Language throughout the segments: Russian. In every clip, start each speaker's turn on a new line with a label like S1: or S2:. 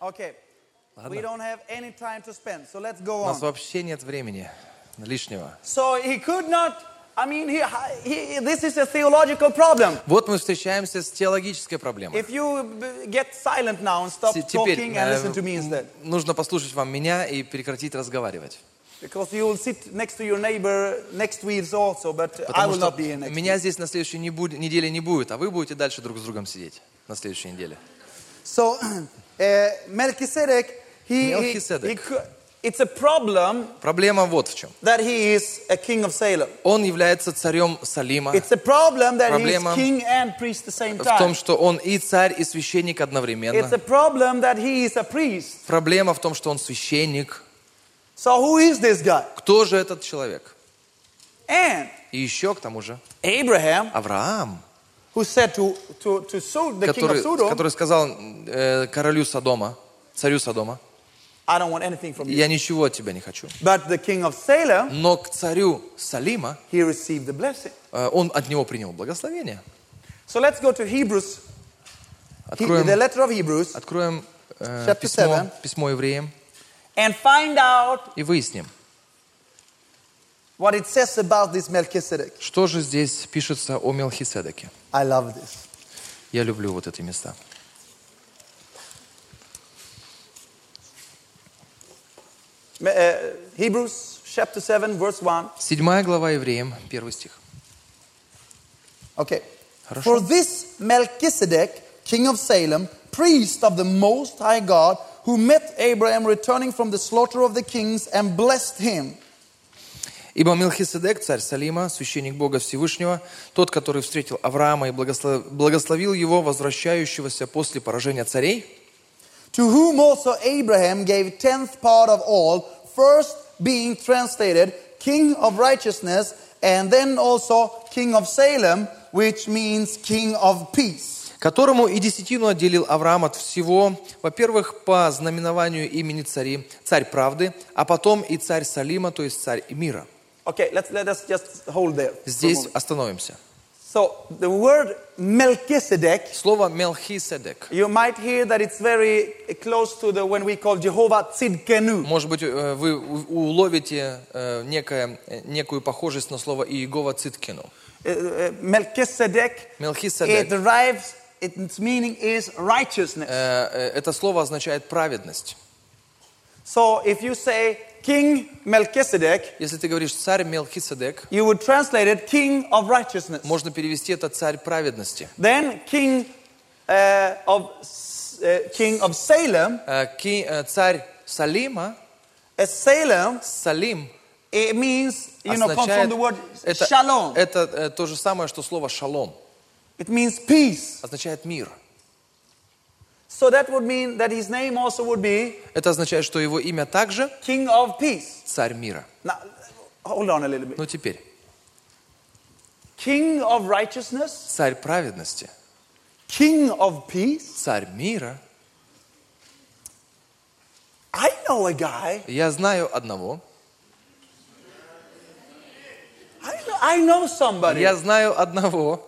S1: Okay. We
S2: Ладно.
S1: don't have any time to spend, so let's go
S2: У нас
S1: on.
S2: вообще нет времени лишнего.
S1: So he could not. I mean, he, he, this is a theological problem.
S2: Вот мы встречаемся с теологической проблемой.
S1: If you b- get silent now and stop
S2: Те- Теперь
S1: talking and listen to me
S2: э,
S1: instead,
S2: нужно послушать вам меня и прекратить разговаривать.
S1: because you will sit next to your neighbor next week also, but I
S2: Потому
S1: will
S2: что
S1: not be here next.
S2: меня здесь на следующей не буд- неделе не будет, а вы будете дальше друг с другом сидеть на следующей неделе.
S1: So uh, Melchizedek, he, he-
S2: Melchizedek.
S1: he cou- it's a problem
S2: Проблема вот в чем.
S1: that he is a king of Salem.
S2: Он является царем Салима
S1: It's a problem that he is
S2: Проблема
S1: king and priest at the same
S2: в том,
S1: time.
S2: что он и царь, и священник
S1: It's a
S2: одновременно.
S1: problem that he is a priest.
S2: Проблема в том, что он священник.
S1: So who is this guy?
S2: Кто же этот человек?
S1: And
S2: И еще к тому же
S1: Abraham,
S2: Авраам,
S1: who said to to to Sod, the king of
S2: который,
S1: Sodom,
S2: который сказал э, королю Содома, царю Содома,
S1: I don't want anything from you.
S2: я ничего от тебя не хочу.
S1: But the king of Salem,
S2: Но к царю Салима
S1: he received the blessing.
S2: э, он от него принял благословение.
S1: So let's go to Hebrews, he- the
S2: Откроем,
S1: letter of Hebrews,
S2: откроем э,
S1: Chapter
S2: письмо,
S1: seven.
S2: письмо евреям
S1: and find out
S2: и выясним,
S1: what it says about this Melchizedek.
S2: что же здесь пишется о Мелхиседеке.
S1: I love this.
S2: Я люблю вот эти места.
S1: Ma- uh, Hebrews chapter 7, verse 1.
S2: Седьмая глава евреям, первый стих.
S1: Okay.
S2: Хорошо.
S1: For this Melchizedek, king of Salem, priest of the Most High God, who met Abraham returning from the slaughter of the kings and blessed him.
S2: Ибо Мелхиседек, царь Салима, священник Бога Всевышнего, тот, который встретил Авраама и благослов- благословил его, возвращающегося после поражения царей,
S1: To whom also Abraham gave tenth part of all, first being translated king of righteousness, and then also king of Salem, which means king of peace.
S2: которому и десятину отделил Авраам от всего, во-первых, по знаменованию имени цари, царь правды, а потом и царь Салима, то есть царь мира.
S1: Okay, let's, let us just hold there. for a
S2: Здесь
S1: moment.
S2: остановимся.
S1: So, the word Melchizedek
S2: Слово Мелхиседек.
S1: You might hear that it's very close to the when we call Jehovah Tzidkenu.
S2: Может быть, э, вы у- уловите э, некое, э, некую похожесть на слово Иегова Циткину.
S1: Uh, uh, Melchizedek. Uh. It Э,
S2: Мелхиседек.
S1: derives its meaning is righteousness.
S2: Э, э, Это слово означает праведность.
S1: so if you say King Melchizedek,
S2: Если ты говоришь «царь Мелхиседек»,
S1: you would translate it King of righteousness.
S2: можно перевести это «царь праведности».
S1: Then King uh, of S- uh, King of Salem.
S2: Э, ки- э, Царь Салима,
S1: Uh, Salem
S2: Салим,
S1: it means you know comes from
S2: означает...
S1: the word
S2: Это,
S1: shalom.
S2: это э, то же самое, что слово «шалом».
S1: It means peace.
S2: Означает «мир».
S1: So that would mean that his name also would be
S2: Это означает, что его имя также
S1: King of Peace.
S2: «царь мира».
S1: Now, hold on a little bit.
S2: Ну теперь,
S1: King of righteousness,
S2: царь праведности,
S1: king of peace.
S2: царь мира.
S1: I know a guy.
S2: Я знаю одного,
S1: I know, I know somebody
S2: я знаю одного,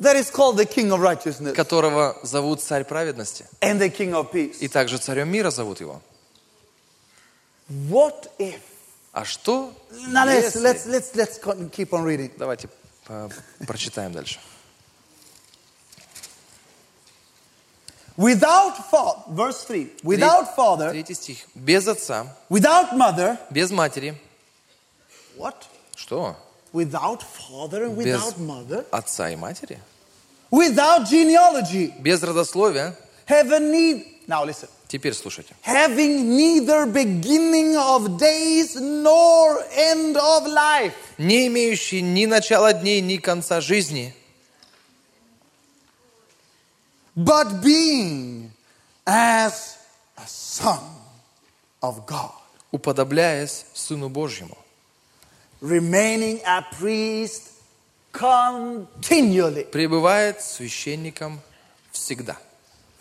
S1: that is called the king of righteousness
S2: которого зовут царь праведности.
S1: and the king of peace.
S2: И также царем мира зовут его.
S1: What if?
S2: А что?
S1: Now let's
S2: если-
S1: let's let's let's con- keep on reading.
S2: Давайте э, прочитаем дальше.
S1: Without father, verse three. Without father,
S2: Третий стих. Без отца,
S1: without mother.
S2: без матери.
S1: What?
S2: Что?
S1: Without father and
S2: Без
S1: without mother.
S2: отца и матери?
S1: Without genealogy,
S2: Без родословия.
S1: heaven need. Now listen.
S2: Теперь слушайте.
S1: having neither beginning of days nor end of life.
S2: Не имеющий ни начала дней, ни конца жизни,
S1: But being as a son of God,
S2: уподобляясь Сыну Божьему,
S1: remaining a priest continually.
S2: пребывает священником всегда.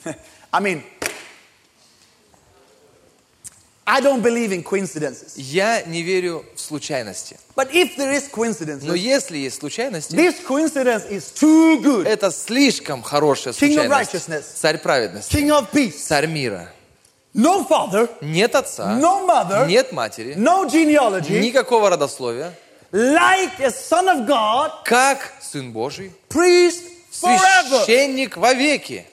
S1: I mean, I don't believe in coincidences.
S2: Я не верю в случайности.
S1: But if there is
S2: Но
S1: coincidences,
S2: если есть случайности,
S1: this coincidence is too good.
S2: это слишком хорошая
S1: King of
S2: случайность.
S1: righteousness.
S2: Царь праведности,
S1: King of peace.
S2: царь мира.
S1: No father,
S2: Нет отца,
S1: no mother,
S2: нет матери,
S1: no genealogy.
S2: никакого родословия.
S1: Like a son of God,
S2: Как Сын Божий,
S1: priest forever.
S2: священник вовеки.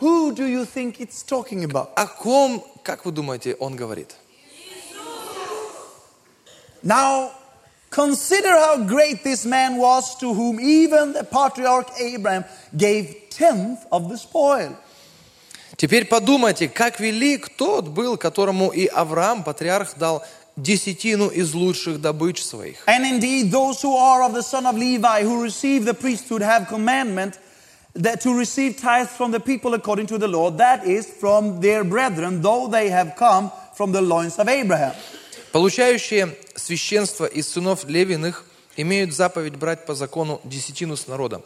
S1: Who do you think it's talking about?
S2: О ком, как вы думаете, он говорит?
S1: Now, consider how great this man was to whom even the patriarch Abraham gave tenth of the spoil.
S2: Теперь подумайте, как велик тот был, которому и Авраам, патриарх, дал десятину из лучших добыч своих.
S1: And indeed, those who are of the son of Levi, who receive the priesthood, have commandment that to receive tithes from the people according to the law, that is, from their brethren, though they have come from the loins of Abraham.
S2: Получающие священство из сынов Левиных имеют заповедь брать по закону десятину с народа,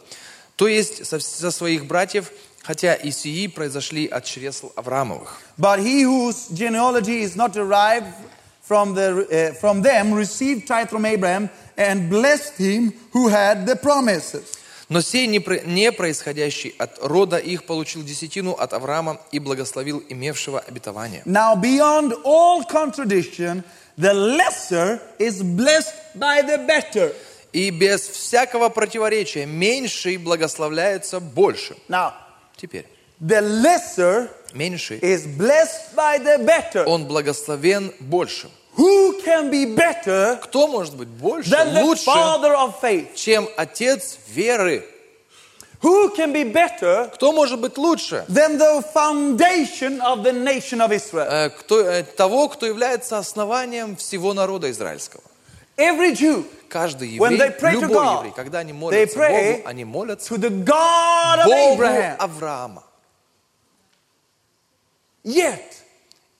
S2: то есть со, со своих братьев, хотя и сии произошли от чресл Авраамовых.
S1: But he whose genealogy is not derived from, the, uh, from them received tithe from Abraham and blessed him who had the promises.
S2: Но сей, не, про- не происходящий от рода их, получил десятину от Авраама и благословил имевшего обетование.
S1: Now, beyond all contradiction, the lesser is blessed by the better.
S2: И без всякого противоречия меньший благословляется большим.
S1: Now,
S2: Теперь,
S1: the lesser
S2: меньший,
S1: is blessed by the better.
S2: он благословен большим.
S1: Who can be better
S2: Кто может быть больше,
S1: than the
S2: лучше,
S1: father of faith?
S2: чем отец веры?
S1: Who can be better
S2: Кто может быть лучше?
S1: than the foundation of the nation of Israel?
S2: Э, Кто, э, того, кто является основанием всего народа израильского.
S1: Every Jew
S2: Каждый
S1: When
S2: еврей,
S1: they pray to
S2: любой
S1: God,
S2: еврей, когда они молятся
S1: they pray
S2: Богу, они молятся
S1: to the God of
S2: Богу
S1: Abraham.
S2: Авраама.
S1: Yet,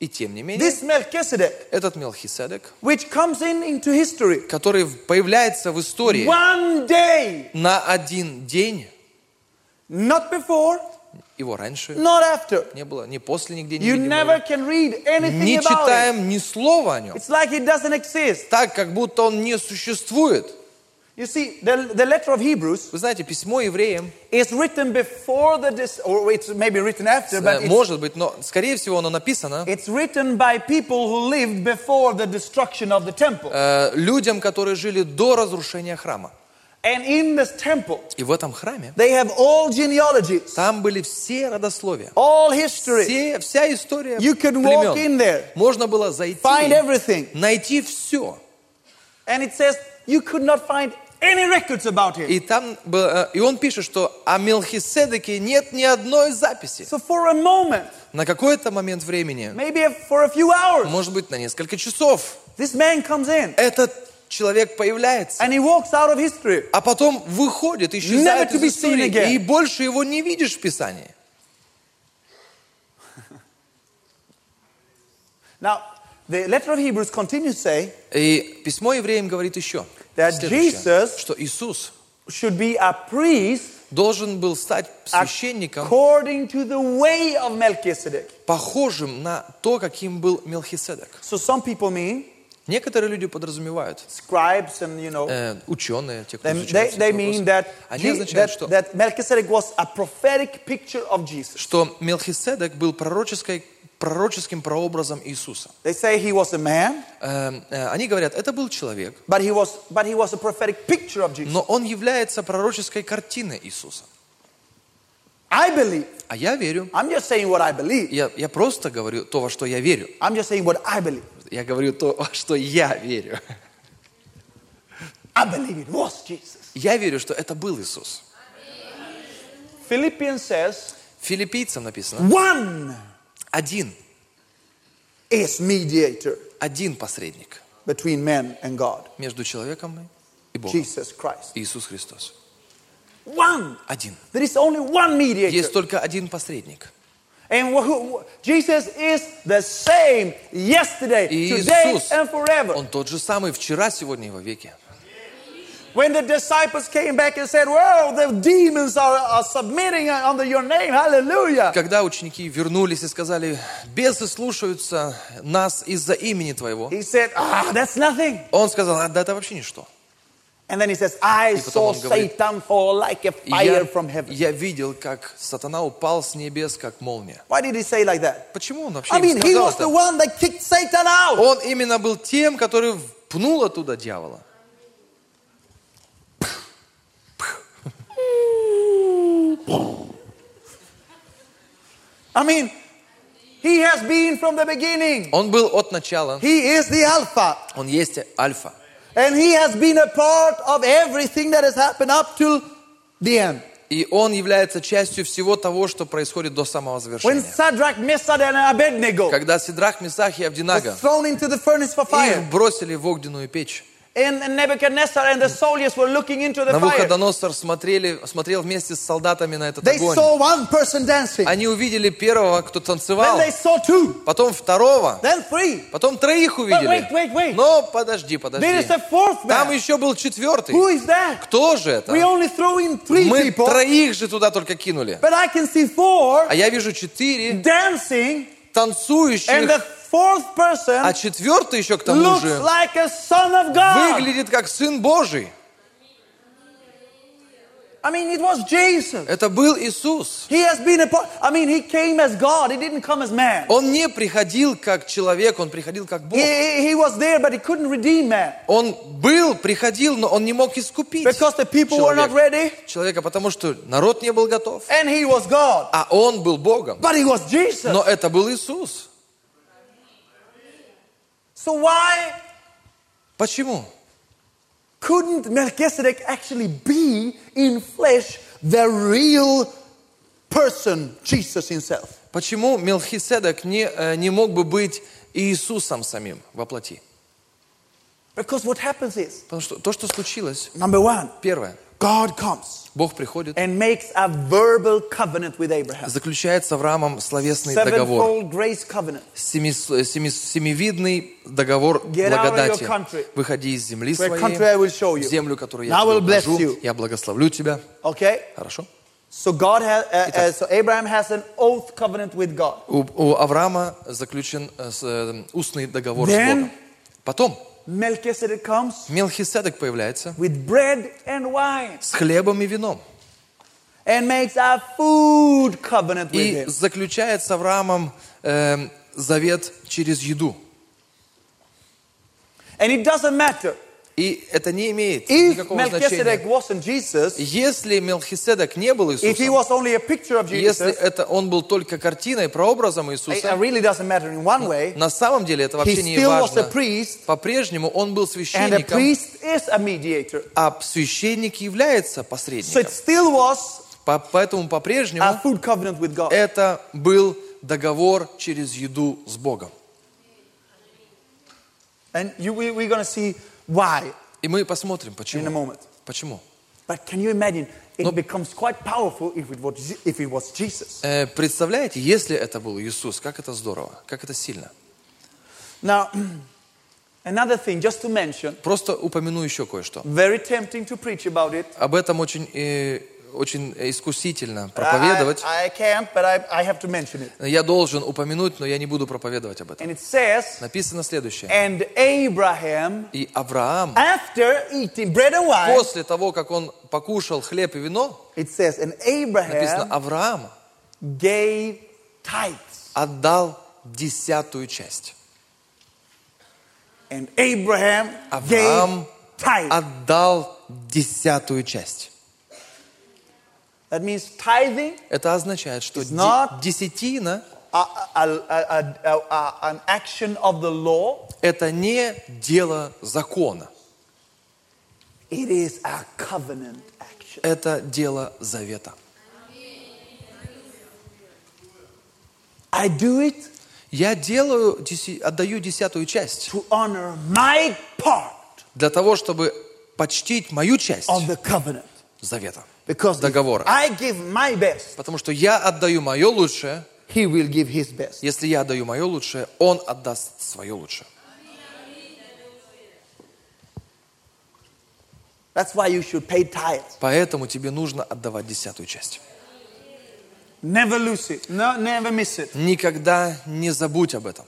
S2: И тем не менее,
S1: this Melchizedek,
S2: этот Мелхиседек,
S1: which comes in into history,
S2: который в- появляется в истории
S1: one day,
S2: на один день,
S1: not before,
S2: его раньше
S1: not after.
S2: не было, ни после нигде не
S1: You
S2: видим
S1: never
S2: его.
S1: can read anything
S2: Не
S1: about it.
S2: читаем ни слова о нем.
S1: It's like it doesn't exist.
S2: Так, как будто он не существует.
S1: You see, the, the letter of Hebrews
S2: Вы знаете, письмо евреям,
S1: It's written before the, dis- or it's maybe written after,
S2: э,
S1: but it's,
S2: может быть, но, скорее всего, оно написано
S1: it's written by people who lived before the destruction of the temple.
S2: э, людям, которые жили до разрушения храма.
S1: And in this temple,
S2: И в этом храме
S1: they have all genealogies,
S2: там были все родословия,
S1: all history.
S2: все, вся история
S1: You could walk
S2: племен.
S1: in there,
S2: Можно было зайти,
S1: find everything.
S2: найти все.
S1: And it says you could not find any records about him.
S2: И, там, было, э, и он пишет, что о Мелхиседеке нет ни одной записи.
S1: So for a moment,
S2: На какой-то момент времени,
S1: maybe for a few hours,
S2: может быть, на несколько часов,
S1: this man comes in
S2: этот человек появляется,
S1: and he walks out of history.
S2: а потом выходит, исчезает
S1: Never to
S2: из
S1: be seen again.
S2: истории, и больше его не видишь в Писании.
S1: Now, the letter of Hebrews continues to say
S2: И письмо евреям говорит еще,
S1: That
S2: следующее,
S1: Jesus-
S2: что Иисус
S1: should be a priest
S2: должен был стать
S1: А
S2: священником,
S1: according to the way of Melchizedek.
S2: похожим на то, каким был Мелхиседек.
S1: So some people mean
S2: Некоторые люди подразумевают,
S1: scribes and you know
S2: э, ученые, те, кто
S1: them- they,
S2: изучает все
S1: they
S2: эти
S1: mean
S2: вопросы,
S1: that,
S2: они
S1: Je-
S2: означают,
S1: that,
S2: что,
S1: that Melchizedek was a prophetic picture of Jesus.
S2: что Мелхиседек был пророческой, пророческим прообразом Иисуса.
S1: They say he was a man,
S2: Э, э, они говорят, это был человек,
S1: but he was but he was a prophetic picture of Jesus.
S2: но он является пророческой картиной Иисуса.
S1: I believe.
S2: А я верю,
S1: I'm just saying what I believe.
S2: я, я просто говорю то, во что я верю.
S1: I'm just saying what I believe.
S2: Я говорю то, во что я верю.
S1: I believe it was Jesus.
S2: Я верю, что это был Иисус.
S1: Philippians says,
S2: Филиппийцам написано,
S1: one
S2: один,
S1: is mediator
S2: один посредник
S1: between men and God,
S2: между человеком и Богом.
S1: Jesus Christ.
S2: Иисус Христос.
S1: One.
S2: Один.
S1: There is only one mediator.
S2: Есть только один посредник.
S1: And wh- who- wh- Jesus is the same yesterday,
S2: И
S1: today,
S2: Иисус,
S1: and forever.
S2: Он тот же самый вчера, сегодня и во веки.
S1: When the disciples came back and said, Well, the demons are, are submitting under your name. Hallelujah.
S2: Когда ученики вернулись и сказали, бесы слушаются нас из-за имени твоего,
S1: He said, Ah, that's nothing.
S2: он сказал, а да это вообще ничто.
S1: And then he says, I saw
S2: потом он говорит,
S1: Satan fall like a
S2: И
S1: fire from heaven.
S2: я видел, как сатана упал с небес, как молния.
S1: Why did he say like that?
S2: Почему он вообще
S1: I
S2: им
S1: mean, he
S2: сказал
S1: was
S2: это?
S1: the one that kicked Satan out.
S2: Он именно был тем, который пнул оттуда дьявола.
S1: I mean, he has been from the beginning.
S2: Он был от начала,
S1: He is the Alpha.
S2: он есть альфа.
S1: And he has been a part of everything that has happened up till the end.
S2: И он является частью всего того, что происходит до самого
S1: When
S2: завершения.
S1: Sadrach, Meshach, and Abednego
S2: Когда Сидрах, Месах и
S1: was
S2: Авдинага
S1: thrown into the furnace for
S2: их
S1: fire,
S2: бросили в огненную печь,
S1: and Nebuchadnezzar and the soldiers were looking into the fire,
S2: Навуходоносор смотрели, смотрел вместе с солдатами на этот
S1: they
S2: огонь.
S1: saw one person dancing.
S2: Они увидели первого, кто
S1: Then
S2: танцевал,
S1: they saw two.
S2: потом второго,
S1: Then three.
S2: потом троих
S1: wait, wait,
S2: увидели.
S1: wait.
S2: Но подожди,
S1: There is
S2: подожди.
S1: a fourth
S2: Там
S1: man.
S2: еще был четвертый.
S1: Who is that?
S2: Кто же
S1: We
S2: это?
S1: only threw in three
S2: Мы
S1: people,
S2: троих же туда только кинули.
S1: but I can see four
S2: А я вижу четыре
S1: dancing, and the
S2: танцующих,
S1: fourth
S2: а
S1: person
S2: четвертый еще к тому
S1: looks
S2: же
S1: like a son of God.
S2: выглядит как Сын Божий.
S1: I mean, it was Jesus.
S2: Это был Иисус.
S1: He has been a part. I mean, he came as God. He didn't come as man.
S2: Он не приходил как человек, он приходил как Бог.
S1: He, he- he was there, but he couldn't redeem man
S2: Он был, приходил, но он не мог искупить
S1: because the people were not ready,
S2: человека, потому что народ не был готов.
S1: and he was God.
S2: А он был Богом.
S1: But he was Jesus.
S2: Но это был Иисус.
S1: So why
S2: Почему?
S1: couldn't Melchizedek actually be in flesh the real person, Jesus himself?
S2: Почему Мелхиседок не, э, не мог бы быть Иисусом самим во плоти?
S1: Because what happens is,
S2: Потому что то, что случилось,
S1: number one,
S2: первое,
S1: God comes
S2: Бог приходит,
S1: and makes a verbal covenant with Abraham.
S2: заключает с Авраамом словесный договор.
S1: Sevenfold grace covenant.
S2: Семи- э, семи- семивидный договор
S1: Get out of
S2: благодати.
S1: your country.
S2: Выходи из земли
S1: Where country I will show
S2: своей,
S1: you.
S2: в землю, которую
S1: And
S2: я
S1: I will
S2: тебе
S1: bless
S2: покажу,
S1: you.
S2: я благословлю тебя.
S1: Okay?
S2: Хорошо?
S1: So God has, uh, uh, so Abraham has an oath covenant with God.
S2: У, у Авраама заключен э, с, э, устный договор с
S1: Then-
S2: Богом. Потом
S1: Melchizedek comes
S2: Мелхиседек появляется
S1: with bread and wine
S2: с хлебом и вином
S1: and makes a food covenant with
S2: и
S1: him.
S2: заключает с Авраамом э, завет через еду.
S1: And it doesn't matter
S2: И это не имеет
S1: if
S2: никакого значения.
S1: Melchizedek wasn't Jesus,
S2: Если Мелхиседек не был
S1: if he
S2: Иисусом,
S1: was only a picture of
S2: если
S1: Jesus,
S2: это он был только картиной, прообразом
S1: it
S2: Иисуса,
S1: it really doesn't matter in one way.
S2: на самом деле
S1: а
S2: это
S1: He
S2: вообще не
S1: still was a
S2: важно.
S1: priest,
S2: По-прежнему он был
S1: and a
S2: священником,
S1: priest is a mediator.
S2: а священник является
S1: So it
S2: посредником.
S1: still was
S2: По- Поэтому по-прежнему
S1: a food covenant with God.
S2: это был договор через еду с Богом.
S1: And you, we, we're going to see why
S2: И мы
S1: in
S2: посмотрим,
S1: a
S2: почему.
S1: moment.
S2: Почему?
S1: But can you imagine? It
S2: No.
S1: becomes quite powerful if it was, if it was Jesus.
S2: Э, представляете, если это был Иисус, как это здорово, как это сильно.
S1: Now, another thing just to mention,
S2: Просто упомяну еще кое-что.
S1: very tempting to preach about it.
S2: Об этом очень, э, очень искусительно
S1: I,
S2: проповедовать.
S1: I can't, but I, I have to mention it.
S2: Я должен упомянуть, но я не буду проповедовать об этом.
S1: And it says,
S2: Написано следующее.
S1: And Abraham,
S2: И Авраам,
S1: after eating bread and wine,
S2: после того, как он покушал хлеб и вино,
S1: it says, And
S2: написано,
S1: Abraham
S2: Авраам
S1: gave tithes.
S2: отдал десятую часть.
S1: And Abraham gave
S2: Авраам
S1: tithes.
S2: отдал десятую часть.
S1: That means tithing,
S2: Это означает, что
S1: It's
S2: де-
S1: not-
S2: десятина
S1: a, a, a, a, a- a- an action of the law,
S2: это не дело закона,
S1: it is a covenant action.
S2: это дело завета.
S1: I do it
S2: Я делаю, деси- отдаю десятую часть
S1: to honor my part
S2: для того, чтобы почтить мою часть
S1: of the covenant.
S2: завета,
S1: Because if
S2: договора.
S1: I give my best,
S2: Потому что я отдаю мое лучшее,
S1: he will give his best.
S2: если я отдаю мое лучшее, он отдаст свое лучшее.
S1: That's why you should pay tithes.
S2: Поэтому тебе нужно отдавать десятую часть.
S1: Never lose it. No, never miss it.
S2: Никогда не забудь об этом.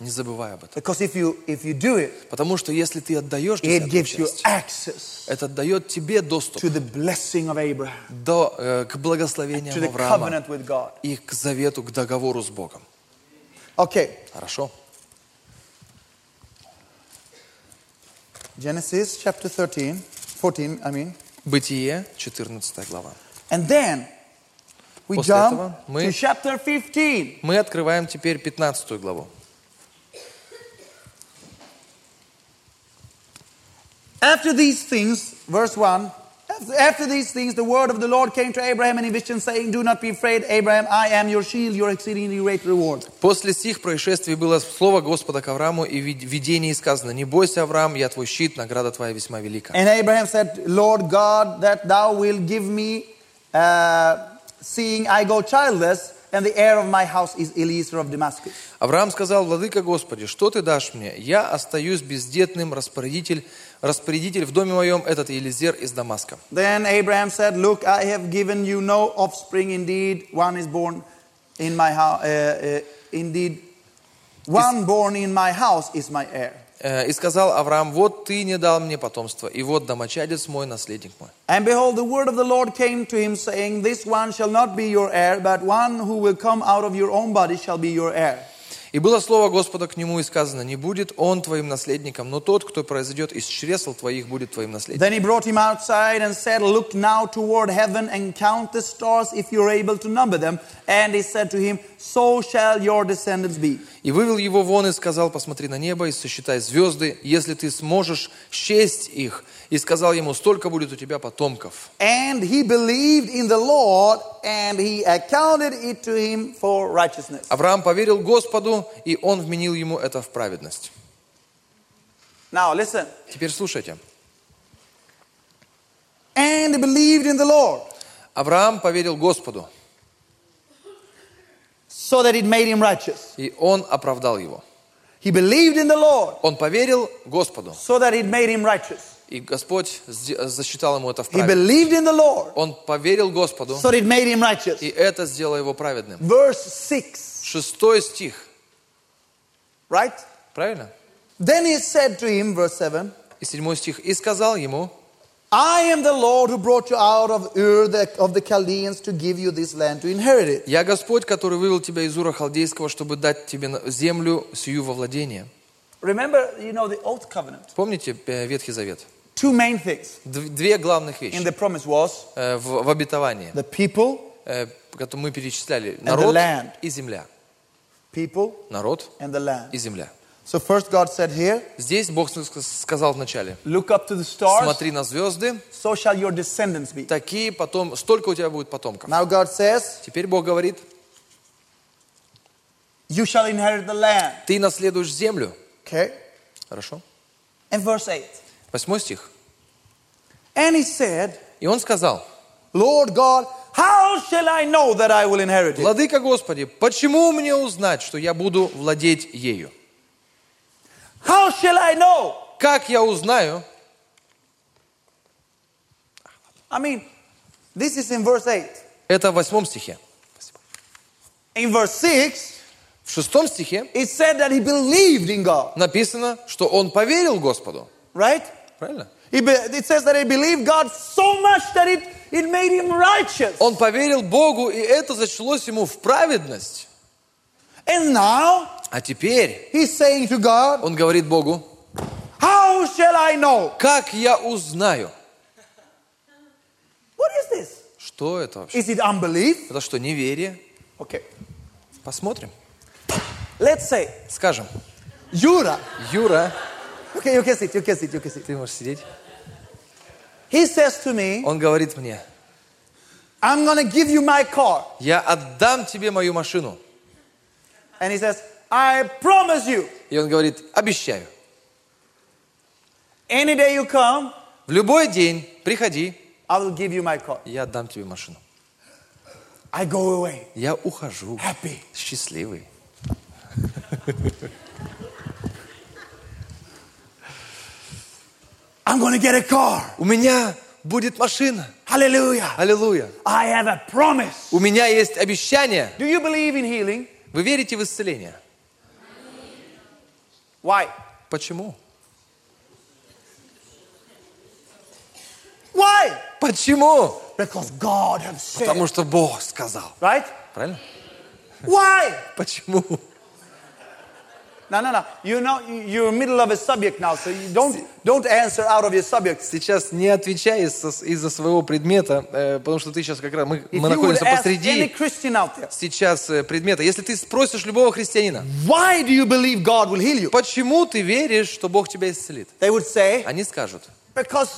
S2: Не забывай об этом.
S1: Because if you if you do it,
S2: Потому что если ты отдаешь
S1: it
S2: десятую
S1: gives you
S2: часть,
S1: access
S2: это дает тебе доступ
S1: to the blessing of Abraham,
S2: до, э, к благословениям
S1: to the
S2: Авраама
S1: covenant with God.
S2: и к завету, к договору с Богом.
S1: Okay,
S2: Хорошо?
S1: Genesis chapter 13, 14, I mean.
S2: Бытие, 14 глава.
S1: And then we
S2: После
S1: jump
S2: этого мы-
S1: to chapter 15.
S2: Мы открываем теперь 15 главу.
S1: After these things, verse 1. "After- After these things, the word of the Lord came to Abraham in a vision, saying, Do not be afraid, Abraham, I am your shield, your exceedingly great reward.
S2: После сих происшествий было слово Господа к Аврааму, и в видении сказано, «Не бойся, Авраам, я твой щит, награда твоя весьма велика».
S1: And Abraham said, Lord God, that thou wilt give me, uh, seeing I go childless, and the heir of my house is Eliezer of Damascus.
S2: Авраам сказал, «Владыка Господи, что ты дашь мне? Я остаюсь бездетным, распорядитель, распорядитель в доме моем, этот Елизер из Дамаска».
S1: Then Abraham said, Look, I have given you no offspring. Indeed, one is born in my house. Uh, uh, indeed, one born in my house is my heir.
S2: Э, «И сказал Авраам, вот ты не дал мне потомство, и вот домочадец мой, наследник мой».
S1: And behold, the word of the Lord came to him, saying, This one shall not be your heir, but one who will come out of your own body shall be your heir.
S2: И было слово Господа к нему, и сказано, «Не будет он твоим наследником, но тот, кто произойдет из чресл твоих, будет твоим наследником».
S1: Then he brought him outside and said, Look now toward heaven and count the stars if you're able to number them. And he said to him, So shall your descendants be.
S2: И вывел его вон и сказал, посмотри на небо и сосчитай звезды, если ты сможешь счесть их. И сказал ему, столько будет у тебя потомков.
S1: And he believed in the Lord, and he accounted it to him for righteousness.
S2: Авраам поверил Господу, и он вменил ему это в праведность.
S1: Now listen.
S2: Теперь слушайте.
S1: And he believed in the Lord,
S2: Авраам поверил Господу,
S1: so that it made him righteous.
S2: и он оправдал его.
S1: He believed in the Lord,
S2: Он поверил Господу,
S1: so that it made him righteous.
S2: и Господь сде- засчитал ему это в
S1: He
S2: праведность.
S1: believed in the Lord,
S2: Он поверил Господу,
S1: so that it made him righteous.
S2: и это сделало его праведным.
S1: Verse 6,
S2: Шестой стих,
S1: right?
S2: правильно?
S1: Then he said to him, verse 7,
S2: И седьмой стих. И сказал ему,
S1: I am the Lord who brought you out of Ur the, of the Chaldeans to give you this land to inherit it.
S2: Я Господь, который вывел тебя из Ура Халдейского, чтобы дать тебе на- землю сию во владение.
S1: Remember, you know, the Old Covenant.
S2: Помните э, Ветхий Завет?
S1: Two main things
S2: Дв- Две главных
S1: in
S2: вещи
S1: the promise was
S2: э, в, в обетовании,
S1: the people
S2: э, которые мы перечисляли.
S1: the
S2: Народ
S1: land.
S2: и земля.
S1: people
S2: Народ
S1: and the land.
S2: и земля.
S1: So first God said here,
S2: Здесь Бог ск- сказал вначале,
S1: look up to the stars,
S2: смотри на звезды,
S1: so shall your descendants be.
S2: такие потом, столько у тебя будет потомков.
S1: Now God says,
S2: Теперь Бог говорит,
S1: you shall inherit the land.
S2: ты наследуешь землю.
S1: Okay.
S2: Хорошо.
S1: And verse 8.
S2: Восьмой стих.
S1: And he said,
S2: И он сказал,
S1: Lord God, how shall I know that I will inherit it?
S2: Владыка Господи, почему мне узнать, что я буду владеть ею?
S1: How shall I know?
S2: Как я узнаю?
S1: I mean, this is in verse 8.
S2: Это в восьмом стихе.
S1: In verse 6,
S2: В шестом стихе
S1: it said that he believed in God,
S2: написано, что он поверил Господу.
S1: right?
S2: Правильно?
S1: He be- it says that he believed God so much that it, it made him righteous.
S2: Он поверил Богу, и это зачлось ему в праведность.
S1: And now
S2: А теперь
S1: he's saying to God,
S2: он говорит Богу,
S1: How shall I know?
S2: как я узнаю?
S1: What is this?
S2: Что это вообще?
S1: Is it unbelief?
S2: Это что, неверие?
S1: Okay.
S2: Посмотрим.
S1: Let's say,
S2: Скажем,
S1: Jura.
S2: Юра,
S1: Okay, you can sit, you can sit, you can sit.
S2: ты можешь сидеть.
S1: He says to me,
S2: Он говорит мне,
S1: I'm gonna give you my car.
S2: я отдам тебе мою машину.
S1: And he says, I promise you,
S2: И он говорит, обещаю.
S1: any day you come,
S2: В любой день приходи,
S1: I will give you my car.
S2: я отдам тебе машину.
S1: I go away,
S2: Я ухожу
S1: happy.
S2: счастливый.
S1: I I'm going to get a car.
S2: У меня будет машина.
S1: Hallelujah.
S2: Аллилуйя.
S1: I have a promise.
S2: У меня есть обещание.
S1: Do you believe in healing?
S2: Вы верите в исцеление?
S1: Why?
S2: Почему?
S1: Why?
S2: Почему?
S1: Because God has said.
S2: Потому что Бог сказал.
S1: Right?
S2: Правильно?
S1: Why?
S2: Почему?
S1: No, no, no. You know, you're in the middle of a subject now, so you don't don't answer out of your subject.
S2: Сейчас не отвечай из- из-за своего предмета, э, потому что ты сейчас как раз, мы,
S1: If
S2: мы
S1: you would
S2: находимся
S1: ask any
S2: посреди
S1: Christian out there,
S2: сейчас э, предмета. Если ты спросишь любого христианина,
S1: why do you believe God will heal you?
S2: почему ты веришь, что Бог тебя исцелит?
S1: They would say,
S2: Они скажут,
S1: because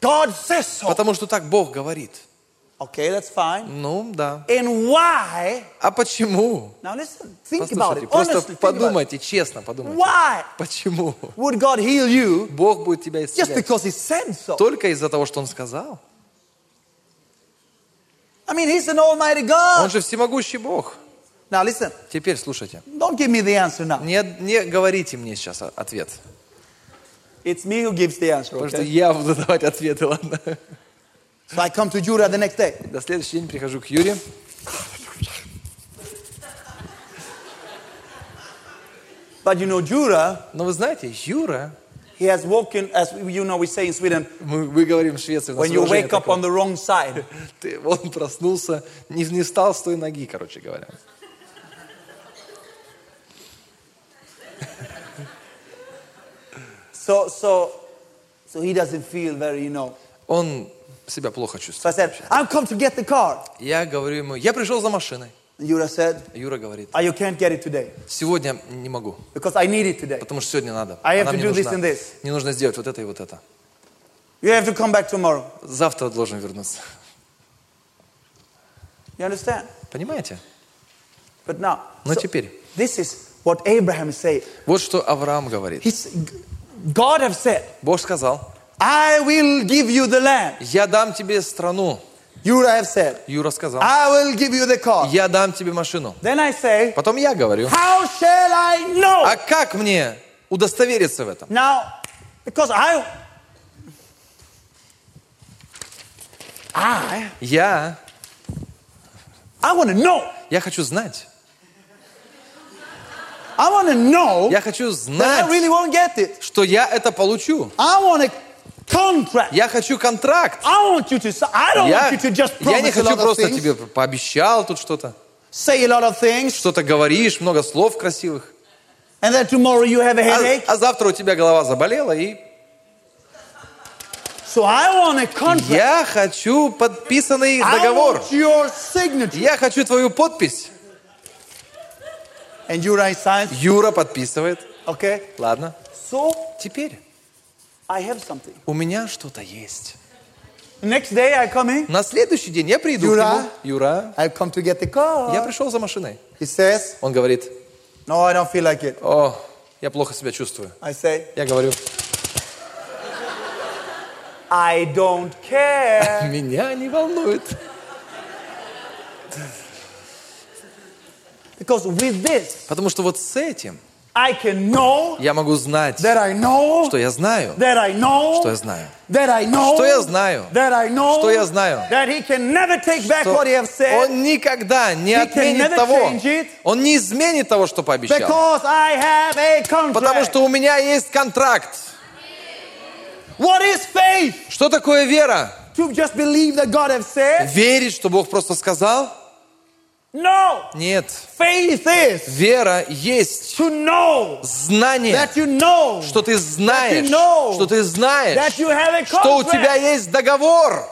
S1: God says so.
S2: потому что так Бог говорит.
S1: Okay, that's fine.
S2: Ну, да.
S1: And why?
S2: А почему?
S1: Now listen, think about
S2: Послушайте,
S1: it.
S2: просто
S1: Honestly, think about it.
S2: подумайте, честно подумайте.
S1: Why
S2: Почему?
S1: would God heal you
S2: Бог будет тебя
S1: just
S2: исцелять
S1: because He said so?
S2: только из-за того, что Он сказал.
S1: I mean, He's an Almighty
S2: Он
S1: God.
S2: же всемогущий Бог.
S1: Now listen,
S2: Теперь слушайте.
S1: don't give me the answer now.
S2: Не, не говорите мне сейчас о- ответ.
S1: It's me who gives the answer.
S2: Потому что
S1: Okay?
S2: я буду давать ответы, ладно?
S1: So I come to Jura the next day.
S2: На следующий день прихожу к Юре.
S1: But you know, Jura,
S2: Но вы знаете, Юра,
S1: he has woken, as you know, we say in Sweden,
S2: мы, мы говорим в Швеции, у нас
S1: when you
S2: выражение
S1: wake up
S2: такое.
S1: on the wrong side.
S2: Ты- он проснулся, не, не встал с той ноги, короче говоря.
S1: So, so, so he doesn't feel very, you know.
S2: Он себя плохо чувствует.
S1: So I said, I've come to get the car.
S2: Я говорю ему, я пришел за машиной.
S1: And Jura said,
S2: Юра говорит,
S1: oh, you can't get it today
S2: сегодня не могу,
S1: because I need it today.
S2: потому что сегодня надо.
S1: I have
S2: Она
S1: to
S2: мне
S1: do this
S2: нужна.
S1: and this.
S2: Мне нужно сделать вот это и вот это.
S1: You have to come back tomorrow.
S2: Завтра должен вернуться.
S1: You understand?
S2: Понимаете?
S1: But now,
S2: Но
S1: so
S2: теперь,
S1: this is what Abraham said.
S2: вот что Авраам говорит.
S1: He's, God have said,
S2: Бог сказал,
S1: I will give you the land.
S2: я дам тебе страну.
S1: Jura have said,
S2: Юра сказал,
S1: I will give you the car.
S2: я дам тебе машину.
S1: Then I say,
S2: Потом я говорю,
S1: how shall I know?
S2: а как мне удостовериться в этом?
S1: Now, because I, I,
S2: Я,
S1: I want to know.
S2: я хочу знать.
S1: I want to know
S2: Я хочу
S1: that I
S2: знать,
S1: really won't get it.
S2: что я это получу.
S1: I want a contract.
S2: Я хочу контракт.
S1: I want you to. si- I don't
S2: Я,
S1: want you to just
S2: я
S1: promise
S2: не
S1: a
S2: хочу
S1: lot of
S2: просто
S1: things,
S2: тебе пообещал тут что-то.
S1: say a lot of things,
S2: Что-то говоришь, много слов красивых.
S1: and then tomorrow you have a
S2: А,
S1: headache.
S2: а завтра у тебя голова заболела и...
S1: So I want a contract.
S2: Я хочу подписанный
S1: I
S2: договор.
S1: want your signature.
S2: Я хочу твою подпись.
S1: And you write signs.
S2: Юра подписывает.
S1: Okay.
S2: Ладно.
S1: So
S2: Теперь
S1: I have something.
S2: у меня что-то есть.
S1: Next day I come in.
S2: На следующий день я приду к
S1: Юра.
S2: нему. Юра,
S1: I come to get the car.
S2: я пришел за машиной.
S1: He says,
S2: Он говорит,
S1: "No, I don't feel like it."
S2: о, я плохо себя чувствую.
S1: I say,
S2: Я говорю,
S1: I don't care.
S2: меня не волнует.
S1: because with this,
S2: Потому что вот с этим
S1: I can know
S2: я могу знать,
S1: that I know,
S2: что я знаю,
S1: that I know,
S2: что я знаю,
S1: that I know,
S2: Что я знаю?
S1: that I know,
S2: Что я знаю?
S1: that he can never take back
S2: что
S1: what he has said
S2: он никогда не
S1: He can
S2: отменит
S1: never
S2: того,
S1: change it.
S2: он не изменит того, что пообещал.
S1: because I have a contract.
S2: Потому что у меня есть контракт.
S1: what is faith?
S2: Что такое вера?
S1: To just believe that God has said?
S2: Верить, что Бог просто сказал?
S1: No.
S2: Нет.
S1: Faith is
S2: Вера есть
S1: to know
S2: знание,
S1: that you know
S2: что ты знаешь,
S1: know
S2: что ты знаешь,
S1: that you have a
S2: что у тебя
S1: contract.
S2: есть договор.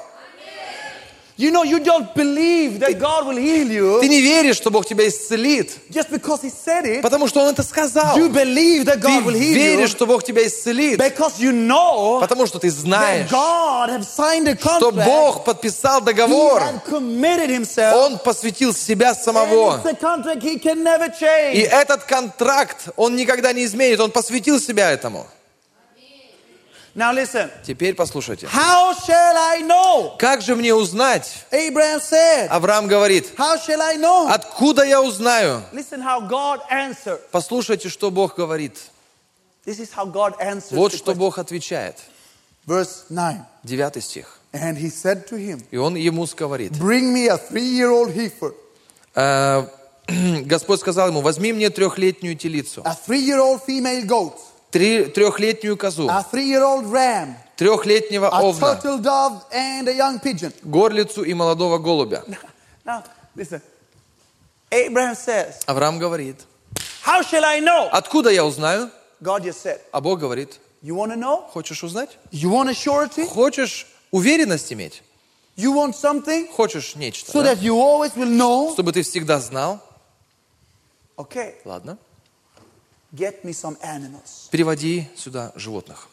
S1: You know, you don't believe that God will heal you
S2: Ты не веришь, что Бог тебя исцелит,
S1: just because he said it.
S2: потому что Он это сказал.
S1: You believe that
S2: Ты
S1: God will heal
S2: веришь,
S1: you
S2: что Бог тебя исцелит,
S1: because you know
S2: потому что ты
S1: that
S2: знаешь,
S1: God has signed a
S2: что
S1: contract.
S2: Бог подписал
S1: He
S2: договор.
S1: has committed himself.
S2: Он посвятил себя
S1: And
S2: самого.
S1: it's a contract he can never
S2: И
S1: change.
S2: этот контракт он никогда не изменит. Он посвятил себя этому.
S1: Now listen.
S2: Теперь послушайте.
S1: How shall I know?
S2: Как же мне узнать?
S1: Abraham said.
S2: Авраам говорит,
S1: How shall I know?
S2: откуда я узнаю?
S1: Listen how God answered.
S2: Послушайте, что Бог говорит.
S1: This is how God answers.
S2: Вот
S1: the
S2: что
S1: question.
S2: Бог отвечает.
S1: verse 9.
S2: 9 стих.
S1: And he said to him,
S2: И он ему говорит,
S1: Bring me a three year old heifer,
S2: э, Господь сказал ему, возьми мне трехлетнюю телицу,
S1: a three year old female goat,
S2: три, трехлетнюю козу,
S1: a three year old ram,
S2: трехлетнего
S1: a
S2: овна,
S1: turtle dove, and a young pigeon.
S2: горлицу и молодого голубя.
S1: Now, listen. Abraham says,
S2: Авраам говорит,
S1: How shall I know?
S2: откуда я узнаю?
S1: God just said,
S2: А Бог говорит,
S1: You want to know?
S2: хочешь узнать?
S1: You want a surety?
S2: Хочешь уверенность иметь?
S1: You want something?
S2: Хочешь нечто,
S1: So
S2: да?
S1: that you always will know?
S2: чтобы ты всегда знал?
S1: Okay,
S2: Ладно,
S1: get me some animals.
S2: приводи сюда животных.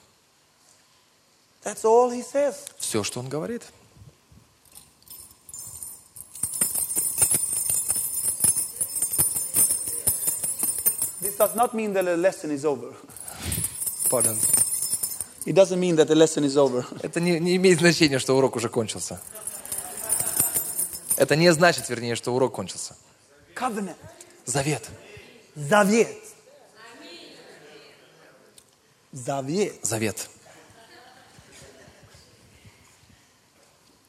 S1: That's all he says.
S2: Все, что он говорит.
S1: This does not mean that the lesson is over.
S2: Pardon.
S1: It doesn't mean that the lesson is over.
S2: Это не, не имеет значения, что урок уже кончился. Это не значит, вернее, что урок кончился.
S1: Covenant.
S2: Завет.
S1: Завет. Завет.
S2: Завет.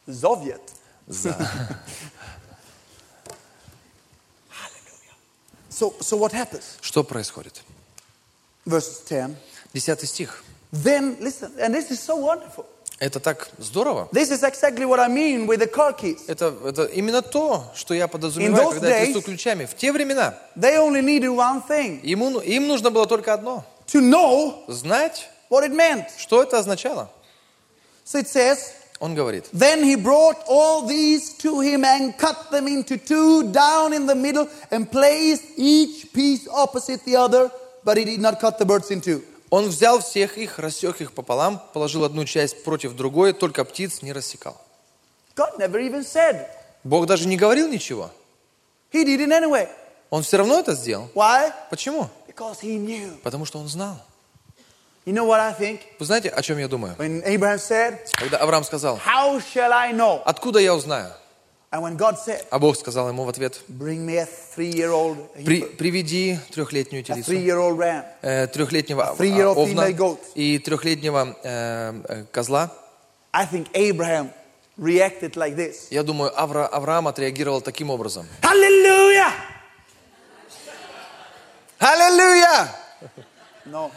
S1: Soviet.
S2: За-
S1: So, so what happens?
S2: Что происходит?
S1: Verse 10.
S2: Десятый стих.
S1: Then, listen, and this is so wonderful.
S2: Это так здорово.
S1: This is exactly what I mean with the car keys.
S2: Это, это именно то, что я
S1: In
S2: подразумеваю,
S1: those
S2: когда я трясу
S1: days-
S2: ключами. В те времена
S1: They only needed one thing
S2: ему, ну- им нужно было только одно.
S1: to know
S2: Знать,
S1: what it meant.
S2: что это означало.
S1: So it says,
S2: Он говорит.
S1: Then he brought all these to him and cut them into two down in the middle and placed each piece opposite the other, but he did not cut the birds in two.
S2: Он взял всех их, рассек их пополам, положил одну часть против другой, только птиц не рассекал.
S1: God never even said.
S2: Бог даже не говорил ничего.
S1: He did it anyway.
S2: Он все равно это сделал.
S1: Why?
S2: Почему?
S1: Because he knew.
S2: Потому что он знал.
S1: You know what I think?
S2: Вы знаете, о чем я думаю?
S1: When Abraham said,
S2: Когда Авраам сказал,
S1: How shall I know?
S2: откуда я узнаю?
S1: And when God said,
S2: А Бог сказал ему в ответ,
S1: Bring me a three year old
S2: «При- приведи трехлетнюю
S1: a
S2: телицу,
S1: three year old ram.
S2: э, трехлетнего а,
S1: three-year-old
S2: овна
S1: female goat.
S2: и трехлетнего э, э, козла.
S1: I think Abraham reacted like this
S2: Я думаю, Авра- Авраам отреагировал таким образом.
S1: Hallelujah!
S2: Аллилуйя!
S1: No.